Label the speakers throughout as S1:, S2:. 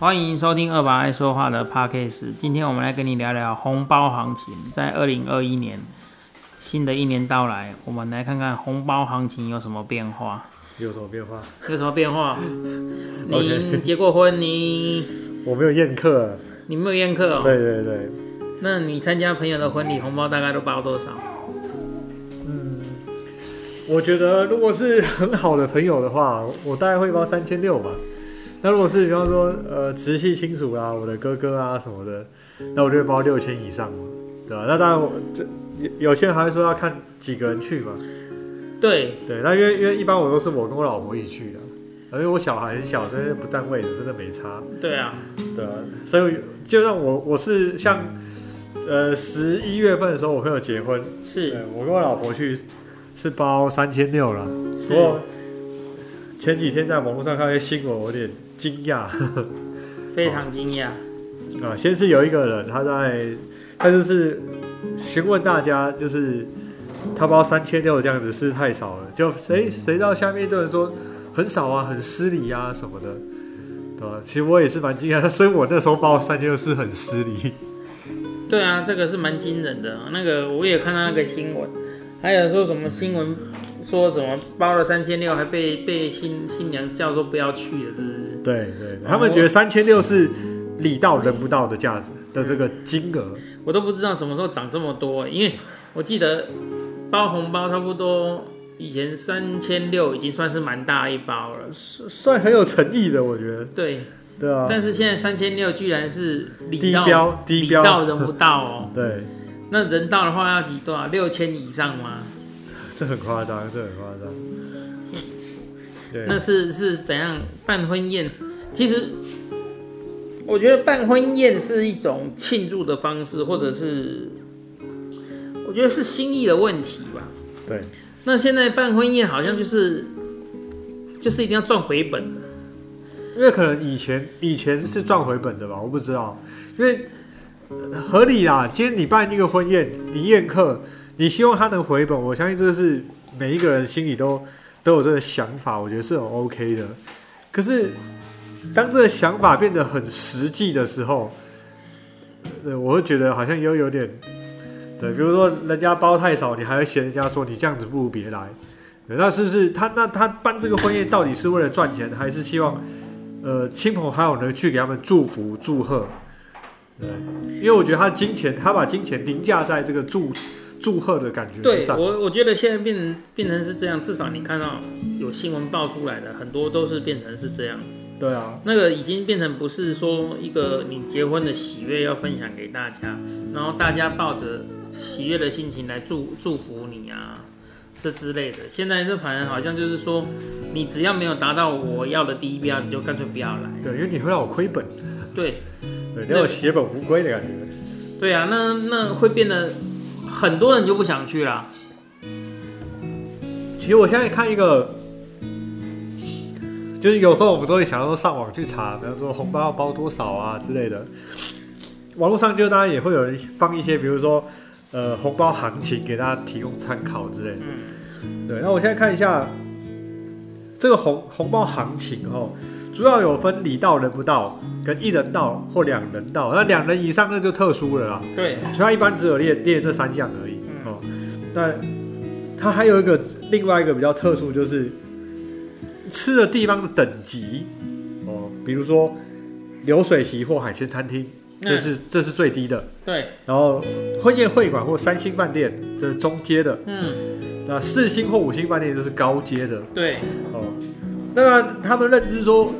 S1: 欢迎收听二宝爱说话的 Podcast。今天我们来跟你聊聊红包行情。在二零二一年，新的一年到来，我们来看看红包行情有什么变化。
S2: 有什么变化？
S1: 有什么变化？你
S2: 嗯 OK
S1: 结过婚，你
S2: 我没有宴客，
S1: 你没有宴客哦？
S2: 对对对，
S1: 那你参加朋友的婚礼，红包大概都包多少？
S2: 我觉得如果是 很好的朋友的话，我大概会包三千六吧。那如果是比方说呃直系亲属啦，我的哥哥啊什么的，那我就会包六千以上嘛，对吧、那当然我这有有些人还会说要看几个人去嘛，
S1: 对，
S2: 对，那因为因为一般我都是我跟我老婆一起去的，因为我小孩很小，所以不占位置真的没差。
S1: 对啊，
S2: 对啊，所以就让我我是像，呃，十一月份的时候，我朋友结婚，
S1: 是
S2: 对我跟我老婆去是包三千六啦。不
S1: 是
S2: 过前几天在网络上看到一些新闻，我有点惊讶
S1: 非常惊讶。
S2: 啊。先是有一个人他在他就是询问大家，就是他包三千六这样子是太少了，就谁谁到下面一堆人说很少啊，很失礼啊什么的。对吧？其实我也是蛮惊讶的，所以我那时候包三千六是很失礼。
S1: 对啊，这个是蛮惊人的。那个我也看到那个新闻，还有说什么新闻说什么包了三千六，还被被新新娘叫说不要去了，是不是？
S2: 对对，他们觉得三千六是礼到人不到的价值的这个金额，
S1: 我都不知道什么时候涨这么多，因为我记得包红包差不多以前三千六已经算是蛮大一包了。
S2: 算算很有诚意的，我觉得。
S1: 对，
S2: 对啊，
S1: 但是现在三千六居然是
S2: 低
S1: 礼到
S2: 标低
S1: 礼到
S2: 标，
S1: 人不到哦。
S2: 对，
S1: 那人到的话要几多少？啊六千以上吗？
S2: 这很夸张，这很夸张。对
S1: 那是是怎样办婚宴？其实我觉得办婚宴是一种庆祝的方式，或者是我觉得是心意的问题吧。
S2: 对，
S1: 那现在办婚宴好像就是就是一定要赚回本的，
S2: 因为可能以前以前是赚回本的吧，我不知道，因为呃合理啦。今天你办一个婚宴，你宴客，你希望他能回本，我相信这是每一个人心里都都有这个想法，我觉得是很 OK 的。可是当这个想法变得很实际的时候，呃，我会觉得好像又有点，对，比如说人家包太少，你还会嫌人家说你这样子不如别来。对那是不是他那他办这个婚宴到底是为了赚钱，还是希望呃亲朋好友呢去给他们祝福祝贺，对，因为我觉得他金钱，他把金钱凌驾在这个祝祝贺的感觉
S1: 对
S2: 之上，
S1: 我我觉得现在变成变成是这样，至少你看到有新闻爆出来的很多都是变成是这样，
S2: 对啊，
S1: 那个已经变成不是说一个你结婚的喜悦要分享给大家，然后大家抱着喜悦的心情来祝祝福你啊，这之类的。现在这反而好像就是说，你只要没有达到我要的第一标，你就干脆不要来。
S2: 对，因为你会让我亏本，
S1: 对
S2: 对，让我血本无归的感觉，
S1: 对啊，那那会变得很多人就不想去啦。
S2: 其实我现在看一个，就是有时候我们都会想要上网去查，比方说红包要包多少啊之类的。网络上就大家也会有人放一些，比如说呃红包行情给大家提供参考之类的。
S1: 嗯，
S2: 对，那我现在看一下这个红红包行情哦，主要有分礼到人不到跟一人到或两人到，那两人以上那就特殊了啦。
S1: 对，嗯
S2: 所以它一般只有列列这三样而已。哦，那它还有一个另外一个比较特殊，就是吃的地方的等级哦，比如说流水席或海鲜餐厅，
S1: 嗯
S2: 这是、这是最低的。
S1: 对，
S2: 然后婚宴会馆或三星饭店，这是中阶的；
S1: 嗯，
S2: 那四星或五星饭店，这是高阶的。
S1: 对，
S2: 哦，那他们认知说，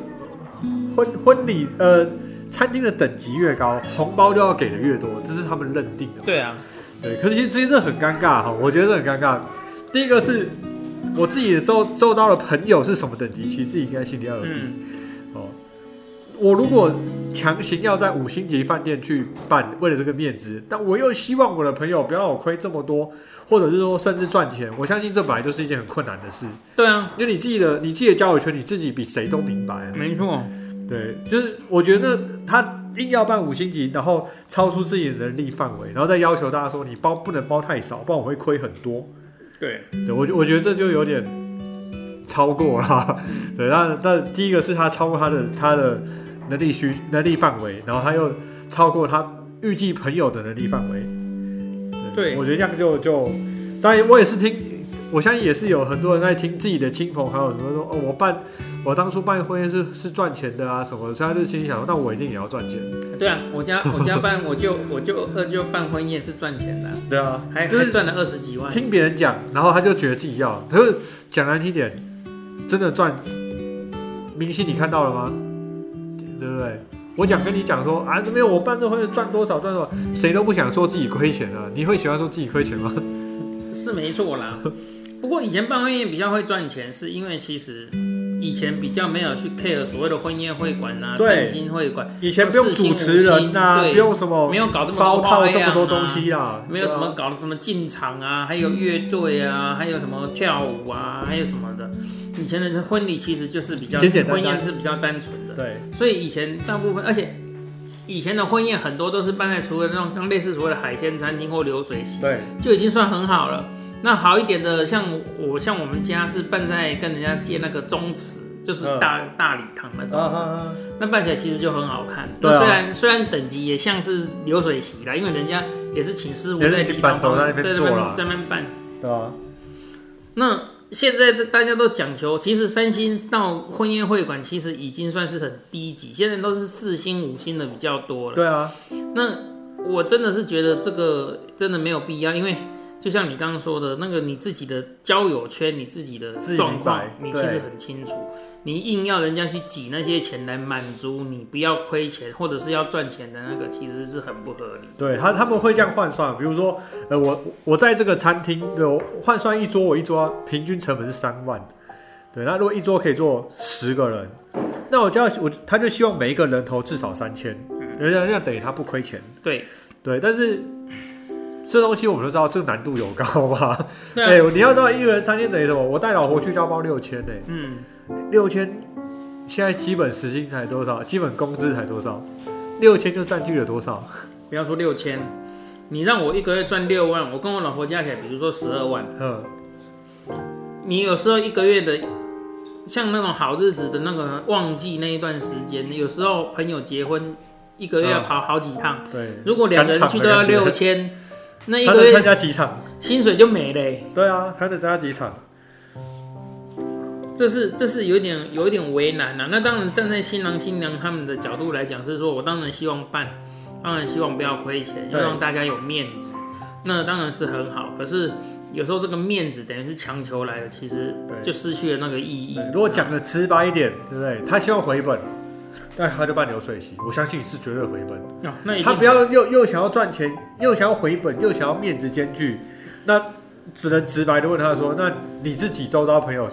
S2: 婚婚礼呃餐厅的等级越高，红包就要给的越多，这是他们认定的。
S1: 对啊，
S2: 对，可是其实其实这很尴尬哈，我觉得这很尴尬。第一个是我自己的周周遭的朋友是什么等级，其实自己应该心里要有底、
S1: 嗯，
S2: 哦。我如果强行要在五星级饭店去办，为了这个面子，但我又希望我的朋友不要让我亏这么多，或者是说甚至赚钱，我相信这本来就是一件很困难的事。
S1: 对啊，
S2: 因为你自己的你自己的交友圈，你自己比谁都明白啊。
S1: 没错，
S2: 对，就是我觉得他硬要办五星级，然后超出自己的能力范围，然后再要求大家说你包不能包太少，不然我会亏很多。
S1: 对，
S2: 对我觉我觉得这就有点嗯 超过了。对，那那第一个是他超过他的他的能力需能力范围，然后他又超过他预计朋友的能力范围。
S1: 对
S2: 我觉得这样就就，当然我也是听，我相信也是有很多人在听自己的亲朋好友什么说哦，我办我当初办婚宴是是赚钱的啊什么的，所以他就心里想说，那我一定也要赚钱。
S1: 对啊，我家我家 办我舅我舅二舅办婚宴是赚钱的啊，
S2: 对啊
S1: 还
S2: 就
S1: 还
S2: 是
S1: 赚了二十几万。
S2: 听别人讲，然后他就觉得自己要。可是讲难听点，真的赚明星你看到了吗？对不对？我讲跟你讲说啊，没有我办这婚宴赚多少赚多少，谁都不想说自己亏钱啊。你会喜欢说自己 亏钱吗？
S1: 是没错啦。不过以前办婚宴比较会赚钱，是因为其实以前比较没有去 care 所谓的婚宴会馆啊、
S2: 对
S1: 振兴会馆，
S2: 以前不用主持人呐、
S1: 对
S2: 不用什么
S1: 没有搞这么
S2: 哦包
S1: 多
S2: 套
S1: 花
S2: 这
S1: 样啊
S2: 么多东，西啦，
S1: 没有什
S2: 对
S1: 么
S2: 啊。
S1: 搞什么进场啊，还有乐队啊，还有什么跳舞啊，还有什么的。以前的婚礼其实就是比较
S2: 简简单单
S1: 婚宴是比较单纯的，
S2: 对
S1: 所以以前大部分，而且以前的婚宴很多都是办在除了那种像类似所谓的海鲜餐厅或流水席。
S2: 对
S1: 就已经算很好了。那好一点的，像我像我们家是办在跟人家借那个宗祠，就是
S2: 嗯
S1: 大、大礼堂那
S2: 啊
S1: 种，
S2: 啊啊！
S1: 那办起来其实就很好看。
S2: 对啊
S1: 那虽然虽然等级也像是流水席啦，因为人家也是请师傅
S2: 啊也是
S1: 在
S2: 请
S1: 礼堂
S2: 板头在那
S1: 旁
S2: 边
S1: 在那
S2: 做
S1: 边
S2: 啦
S1: 在那边办。
S2: 对啊，
S1: 那现在大家都讲求，其实三星到婚宴会馆其实已经算是很低级，现在都是四星五星的比较多了。
S2: 对啊，
S1: 那我真的是觉得这个真的没有必要，因为就像你刚刚说的那个，你自己的交友圈、你自己的
S2: 自己明白
S1: 状况，
S2: 对
S1: 你其实很清楚。你硬要人家去挤那些钱来满足你，不要亏钱或者是要赚钱的那个，其实是很不合理。
S2: 对他他们会这样换算，比如说，呃，我我在这个餐厅有换算一桌，我一桌平均成本是三万，对，那如果一桌可以坐十个人，那我就要我他就希望每一个人头至少三千，
S1: 嗯
S2: 人家这样等于他不亏钱，
S1: 对，
S2: 对，但是这东西我们都知道，这个难度有高吧？
S1: 对啊
S2: 哎、你要到一个人三千等于什么？我带老婆去就要包六千呢，
S1: 嗯，
S2: 六千现在基本时薪才多少？基本工资才多少？六千就占据了多少？
S1: 不要说六千，你让我一个月赚六万，我跟我老婆加起来，比如说十二万，
S2: 嗯，
S1: 你有时候一个月的，像那种好日子的那个旺季那一段时间，有时候朋友结婚，一个月要
S2: 嗯
S1: 跑好几趟。
S2: 对。
S1: 如果两个人去都要
S2: 赶场的
S1: 六
S2: 感
S1: 千，那一
S2: 他
S1: 个
S2: 能参
S1: 月
S2: 加几场？
S1: 薪水就没了欸、
S2: 对啊，他能参加几场？
S1: 这是这是有点有一点为难啊。那当然，站在新郎新娘他们的角度来讲，是说我当然希望办，当然希望不要亏钱，要
S2: 对
S1: 让大家有面子，那当然是很好。可是有时候这个面子等于是强求来的，其实
S2: 对
S1: 就失去了那个意义
S2: 对。如果讲的直白一点，对不对？他希望回本，但他就办流水席，我相信是绝对回本。
S1: 哦那一定
S2: 他不要又又想要赚钱，又想要回本，又想要面子兼具，那只能直白的问他说：“那你自己周遭朋友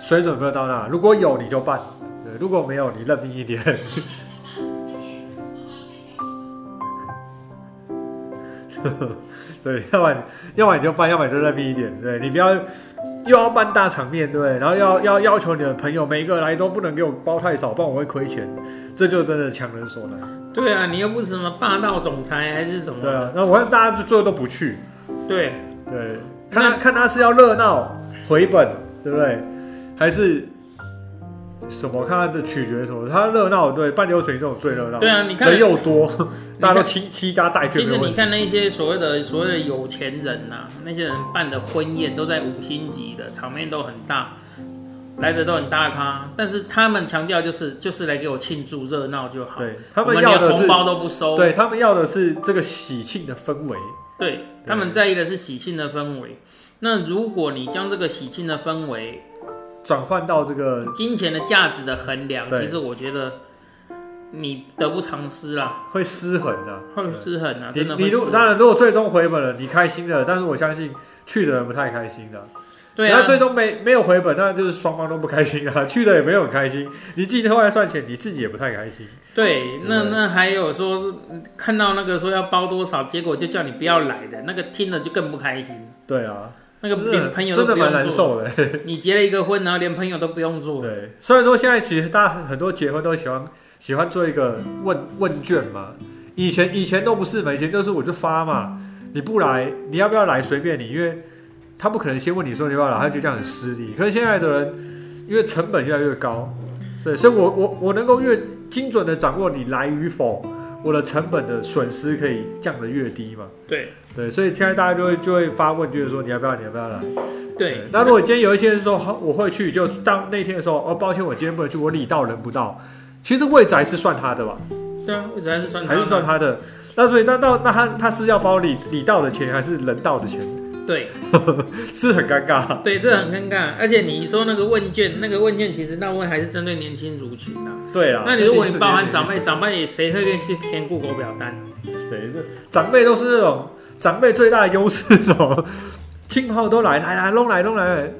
S2: 水准有没有到那？如果有你就办，对如果没有你认命一点。” 对，要不然要不然你就办，要不然你就认命一点。对你不要又要办大场面，对不对，然后要要要求你的朋友每一个来都不能给我包太少，不然我会亏钱。这就真的强人所难。
S1: 对啊，你又不是什么霸道总裁还是什么
S2: 对啊，那我看大家就最后都不去，
S1: 对
S2: 对，看他看他是要热闹回本，对不对？还是什么？看他的取决什么？他热闹，对，半流水这种最热闹，
S1: 对啊你看
S2: 人又多， 大家都欺欺家带眷
S1: 其
S2: 没
S1: 实
S2: 有
S1: 你
S2: 问题，
S1: 看那些所谓的所谓的有钱人呐、啊那些人办的婚宴都在五星级的，场面都很大，来的都很大咖，但是他们强调就是就是来给我庆祝热闹就好，
S2: 对他
S1: 我
S2: 们要
S1: 连
S2: 的
S1: 红
S2: 是，
S1: 包都不收，
S2: 对他们要的是这个喜庆的氛围，
S1: 对他们在意的是喜庆的氛围。那如果你将这个喜庆的氛围、
S2: 转换到这个
S1: 金钱的价值的衡量，
S2: 对
S1: 其实我觉得你得不偿失啦，
S2: 会失衡的、
S1: 会失衡啊，
S2: 你
S1: 真的
S2: 你
S1: 会失
S2: 如
S1: 衡。
S2: 当然，如果最终回本了，你开心了，但是我相信去的人不太开心的。
S1: 对
S2: 那
S1: 啊，
S2: 最终没没有回本，那就是双方都不开心啊， 去的也没有很开心，你自己后来算钱，你自己也不太开心。
S1: 对，那
S2: 对
S1: 那还有说是嗯看到那个说要包多少，结果就叫你不要来的，那个听了就更不开心。
S2: 对啊，
S1: 那个
S2: 真的
S1: 连朋友都
S2: 真的
S1: 不
S2: 蛮
S1: 用
S2: 难
S1: 做，
S2: 受的。
S1: 你结了一个婚，然后连朋友都不用做。
S2: 对，虽然说现在其实大家很多结婚都喜欢喜欢做一个问问卷嘛，以前以前都不是嘛，以前就是我就发嘛，你不来，你要不要来随便你，因为他不可能先问你说你要不要来，他就这样很失礼。可是现在的人，因为成本越来越高，所以所以我我我能够越精准的掌握你来与否，我的成本的损失可以降得越低嘛。
S1: 对
S2: 对，所以现在大家就会就会发问卷说你要不要，你要不要来？
S1: 对，
S2: 那如果今天有一些人说好我会去，就当那天的时候，哦，抱歉，我今天不能去，我礼到人不到。其实位置还是算他的吧，
S1: 对啊，位置还是算
S2: 还是算
S1: 他
S2: 他的。那所以那到那他他是要包礼礼到的钱还是人到的钱，
S1: 的对
S2: 是很尴尬。
S1: 对，这很尴尬。而且你说那个问卷，那个问卷其实那问还是针对年轻族群啊。
S2: 对啊，
S1: 那你如果
S2: 一定
S1: 你
S2: 是
S1: 包含
S2: 年
S1: 长辈，长辈谁会去填 Google 表单？
S2: 谁的长辈都是那种长辈最大的优势是什么？亲朋都来来来弄来弄来，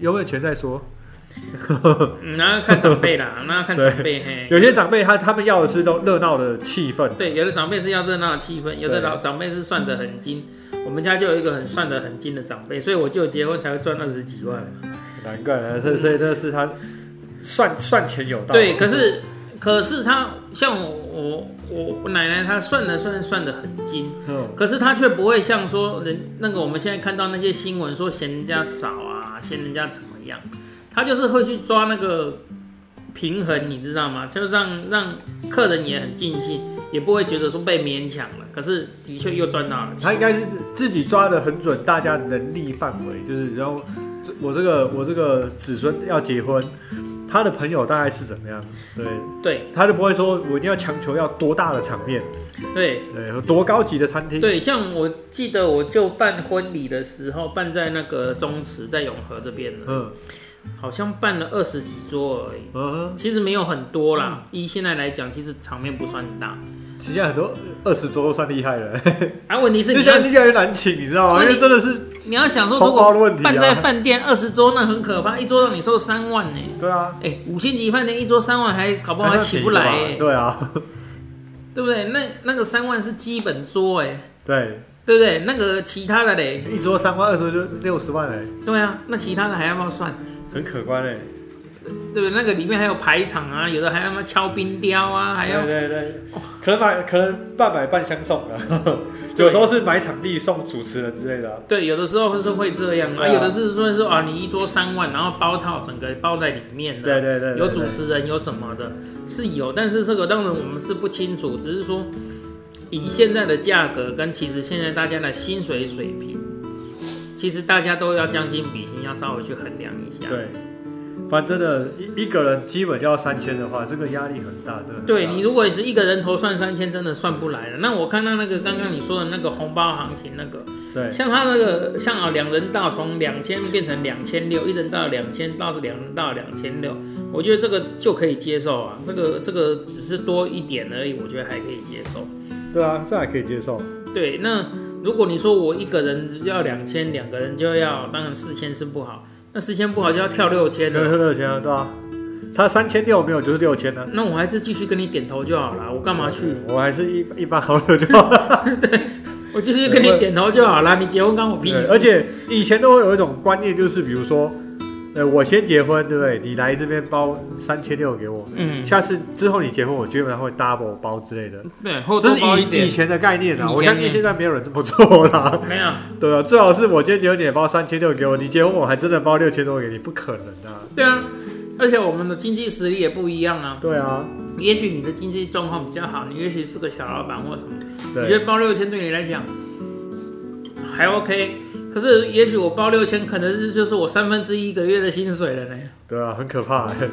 S2: 有有权再说。
S1: 嗯，那要看长辈 啦，那要看长辈嘿。
S2: 有些长辈他他们要的是都热闹的气氛，
S1: 对，有的长辈是要热闹的气氛，有的老长辈是算得很精。我们家就有一个很算得很精的长辈，所以我就结婚才会赚二十几万。
S2: 难怪啊，所以所以这是他算算钱有道。
S1: 对，可是可是他像我我我我奶奶，她算的算算的很精，
S2: 嗯，
S1: 可是她却不会像说人那个我们现在看到那些新闻说嫌人家少啊，嫌人家怎么样，她就是会去抓那个平衡，你知道吗？就让让客人也很尽兴，也不会觉得说被勉强了。可是的确又赚到了
S2: 他
S1: 钱，
S2: 应该是自己抓的很准，大家能力范围就是，然后这我这个我这个子孙要结婚，他的朋友大概是怎么样？对，
S1: 对
S2: 他就不会说我一定要强求要多大的场面，
S1: 对。
S2: 对，多高级的餐厅。
S1: 对，像我记得我就办婚礼的时候，办在那个中池，在永和这边的，
S2: 嗯
S1: 好像办了二十几桌而已。
S2: 嗯，
S1: 其实没有很多啦，以现在来讲，其实场面不算大。
S2: 现在很多二十桌都算厉害了，
S1: 啊，问题是
S2: 这
S1: 你
S2: 家
S1: 要
S2: 越来越难请，你知道吗？因
S1: 那你
S2: 为真的是
S1: 你要想说，如
S2: 红包
S1: 果
S2: 的问题
S1: 办在
S2: 啊。
S1: 饭店二十桌，那很可怕，一桌让你收三万呢、
S2: 对啊，
S1: 哎、五星级饭店一桌三万还搞不好还起不来、哎，
S2: 对啊，
S1: 对不对？那那个三万是基本桌哎、
S2: 对，
S1: 对不对？那个其他的嘞，
S2: 一桌三万，二桌就六十万嘞，
S1: 对啊，那其他的还要不要算？
S2: 很可观嘞。
S1: 对不对？那个里面还有排场啊，有的还要么敲冰雕啊，还要
S2: 对对对，可能买可能半买半相送 的，有时候是买场地送主持人之类的啊。
S1: 对，有的时候是会这样啊，
S2: 对啊
S1: 有的是说说啊，你一桌三万，然后包套整个包在里面的，
S2: 对对对，对
S1: 有主，持人有什么的，是有，但是这个当然我们是不清楚，只是说以现在的价格跟其实现在大家的薪水水平，其实大家都要将心比心，要稍微去衡量一下
S2: 对。对，反正真的，一一个人基本就要三千的话，这个压力很大，真的很大。
S1: 对你如果是一个人头算三千，真的算不来了。那我看到那个刚刚你说的那个红包行情那个，
S2: 对
S1: 像他那个像啊，两人到从两千变成两千六，一人到两千到是两人到两千六，我觉得这个就可以接受啊，这个这个只是多一点而已，我觉得还可以接受。
S2: 对啊，这还可以接受。
S1: 对，那如果你说我一个人只要两千，两个人就要，当然四千是不好，那四千不好就要跳六千
S2: 六
S1: 了。
S2: 千六千啊，对啊，差三千六没有就是六千呢。
S1: 那我还是继续跟你点头就好啦，我干嘛去？
S2: 我还是一一般好友就好。
S1: 我继续跟你点头就好啦， 你结婚关我屁
S2: 对
S1: 事。
S2: 而且以前都会有一种观念，就是比如说，呃，我先结婚，对不对？你来这边包三千六给我，
S1: 嗯，
S2: 下次之后你结婚，我基本上会 double 包之类的。
S1: 对，后
S2: 这
S1: 多
S2: 是
S1: 包一
S2: 以以
S1: 点，
S2: 前的概念啊，
S1: 以前
S2: 我相信现在没有人这么做啦。
S1: 没有。
S2: 对啊，最好是我今天结婚你也包三千六给我，你结婚我还真的包六千多给你，不可能的、啊。
S1: 对啊，而且我们的经济实力也不一样啊。
S2: 对啊，
S1: 也许你的经济状况比较好，你也许是个小老板或什么，你觉
S2: 对
S1: 得包六千对你来讲还 OK？可是也许我包六千，可能是就是我三分之一个月的薪水了呢，
S2: 对啊，很可怕、
S1: 对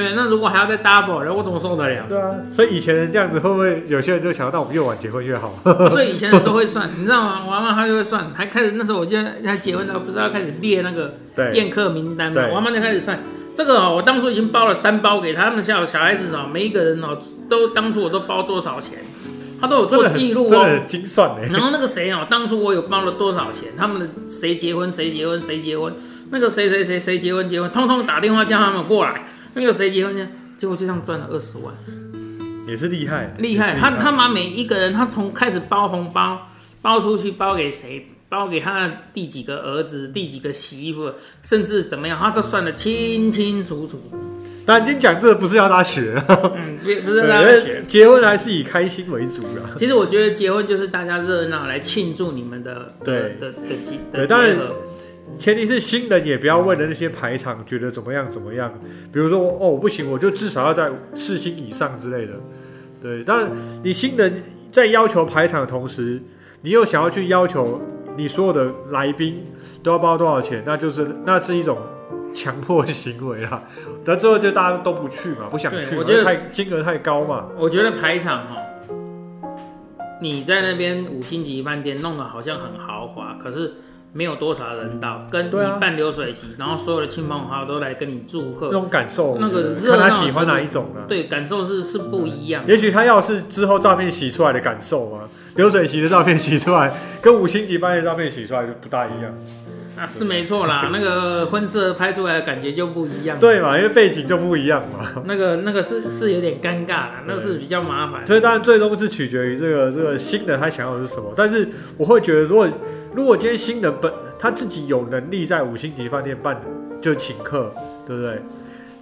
S1: 不对？那如果还要再 double，那我怎么受得 了？
S2: 对啊，所以以前人这样子，会不会有些人就想，那我们越晚结婚越好？
S1: 所以以前人都会算，你知道吗？我阿妈她就会算，还开始那时候我记得她结婚的时候不是要开始列那个
S2: 对
S1: 宴客名单嘛，
S2: 对
S1: 我妈就开始算。这个、哦、我当初已经包了三包给他们小小孩子哦，每一个人哦都当初我都包多少钱，他都有
S2: 真
S1: 做
S2: 的很
S1: 记录
S2: 真的
S1: 哦。
S2: 很精算 呢。
S1: 然后那个谁哦，当初我有包了多少钱，他们的谁结婚谁结婚谁结婚，那个谁谁谁谁结婚结婚，通通打电话叫他们过来。那个谁结婚呢？结果就这样赚了二十万，
S2: 也是厉害，啊
S1: 厉害！
S2: 也是
S1: 他他把每一个人，他从开始包红包，包出去包给谁，包给他的第几个儿子、第几个媳妇，甚至怎么样，他都算得清清楚 楚。
S2: 但今天讲这个不是要他学，
S1: 嗯，不不是
S2: 对
S1: 让他
S2: 因
S1: 学
S2: 为。结婚还是以开心为主啊啦。
S1: 其实我觉得结婚就是大家热闹来庆祝你们的
S2: 对
S1: 的的的结
S2: 对
S1: 的
S2: 当然
S1: 结合
S2: 前提是新人也不要为了那些排场觉得怎么样怎么样，比如说哦我不行，我就至少要在四星以上之类的。对，当然你新人在要求排场的同时，你又想要去要求你所有的来宾都要包多少钱，那就是那是一种强迫行为 啦。那之后就大家都不去嘛，不想
S1: 对
S2: 去嘛，
S1: 我觉得
S2: 因为太金额太高嘛。
S1: 我觉得排场哈，你在那边五星级饭店弄得好像很豪华，可是没有多少人到，跟
S2: 对啊
S1: 你办流水席，然后所有的亲朋好友都来跟你祝
S2: 那
S1: 贺，
S2: 种感受，
S1: 那个
S2: 对
S1: 热闹
S2: 看他喜欢哪一种啊呢、
S1: 对，感受是是不一样的。
S2: 也许他要是之后照片洗出来的感受啊，流水席的照片洗出来，跟五星级饭店照片洗出来就不大一样，
S1: 那啊是没错 啦，那个婚摄拍出来的感觉就不一样。，
S2: 对嘛？因为背景就不一样嘛。
S1: 那个那个是是有点尴尬啦，
S2: 对
S1: 那是比较麻烦。
S2: 所以当然最终是取决于这个这个新人他想要的是什么。但是我会觉得，如果如果今天新人本他自己有能力在五星级饭店办就请客，对不对？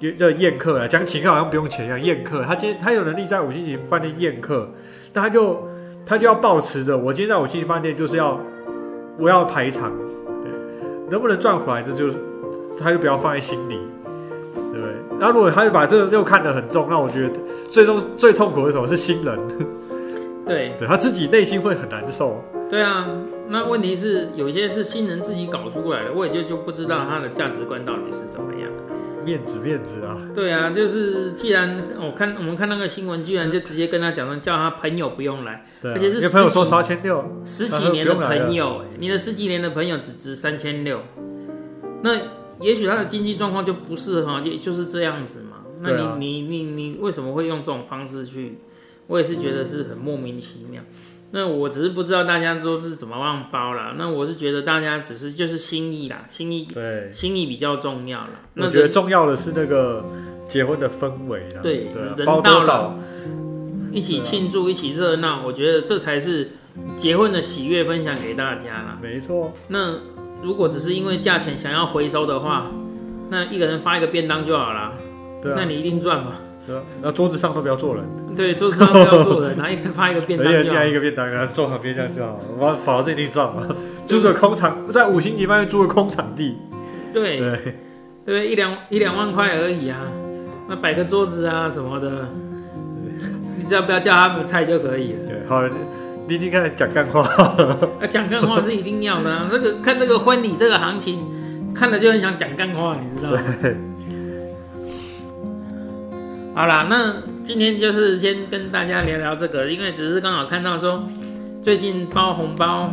S2: 也这宴客啊，讲请客好像不用钱一样，宴客他今天他有能力在五星级饭店宴客，那他就他就要保持着我今天在五星级饭店就是要我要排场，对能不能赚回来，这就是他就不要放在心里，对不对？那如果他就把这个又看得很重，那我觉得最痛最痛苦的是什么是新人，
S1: 对
S2: 对他自己内心会很难受。
S1: 对啊，那问题是有些是新人自己搞出来的，我也就就不知道他的价值观到底是怎么样。
S2: 面子面子啊，
S1: 对啊，就是既然我看我们看那个新闻，居然就直接跟他讲说，叫他朋友不用来，
S2: 对啊，
S1: 而且是
S2: 因为朋友说
S1: 十几
S2: 三千六，
S1: 十
S2: 啊
S1: 几
S2: 他
S1: 年的
S2: 不用来了
S1: 朋友、哎你的十几年的朋友只值三千六，那也许他的经济状况就不适合，就就是这样子嘛。那你、
S2: 对啊
S1: 你你你为什么会用这种方式去？我也是觉得是很莫名其妙。那我只是不知道大家都是怎么忘包啦。那我是觉得大家只是就是心意啦，心意
S2: 对，
S1: 心意比较重要啦。那
S2: 我觉得
S1: 人
S2: 重要的是那个结婚的氛围啊，
S1: 对
S2: 对啊，
S1: 人
S2: 包
S1: 到
S2: 多
S1: 了
S2: 少？
S1: 一起庆祝，一起热闹，我觉得这才是结婚的喜悦分享给大家啦。
S2: 没错，
S1: 那如果只是因为价钱想要回收的话，那一个人发一个便当就好啦，
S2: 对
S1: 那
S2: 啊，
S1: 你一定赚嘛。
S2: 对啊，然后桌子上都不要坐人，
S1: 对，桌上不要做人，然后一个人发一个便
S2: 而
S1: 当
S2: 且
S1: 就好
S2: 加。一个便当，然后坐旁边这样就好了，我保证一定赚嘛。 租个空场，在五星级饭店租个空场地，
S1: 对对
S2: 对，
S1: 不对，一两一两万块而已啊，那摆个桌子啊什么的，你只要不要叫他们菜就可以了。
S2: 对，好了，你已经开始讲干话，
S1: 啊，讲干话是一定要的、啊，这个看这个婚礼这个行情，看了就很想讲干话，你知道吗？好啦，那今天就是先跟大家聊聊这个，因为只是刚好看到说，最近包红包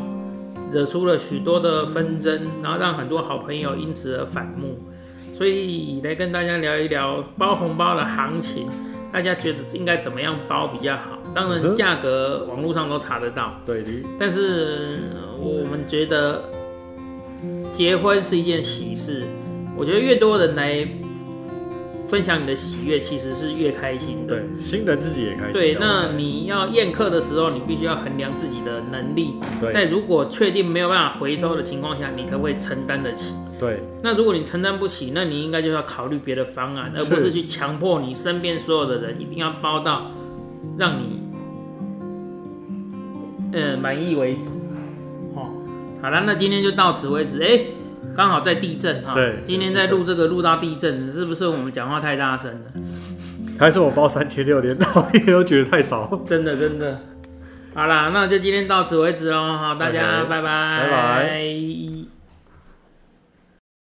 S1: 惹出了许多的纷争，然后让很多好朋友因此而反目，所以来跟大家聊一聊包红包的行情，大家觉得应该怎么样包比较好？当
S2: 嗯
S1: 然，价格网络上都查得到。
S2: 对，你
S1: 但是呃我们觉得结婚是一件喜事，我觉得越多人来分享你的喜悦，其实是越开心的。
S2: 对新人自己也开心啊。
S1: 对，
S2: 我
S1: 那
S2: 猜
S1: 你要宴客的时候，你必须要衡量自己的能力，在
S2: 对
S1: 如果确定没有办法回收的情况下，你可不可以承担得起？
S2: 对
S1: 那如果你承担不起，那你应该就要考虑别的方案，而不
S2: 是
S1: 是去强迫你身边所有的人一定要包到让你呃满意为止。哦，好了，那今天就到此为止。哎、刚好在地震哈，
S2: 对
S1: 今天在录这个录到地震，是不是我们讲话太大声了？
S2: 还是我包三千六，连老爷都觉得太少。
S1: 真的真的。好啦，那就今天到此为止喽，好，大家拜
S2: 拜
S1: 拜
S2: 拜
S1: 拜。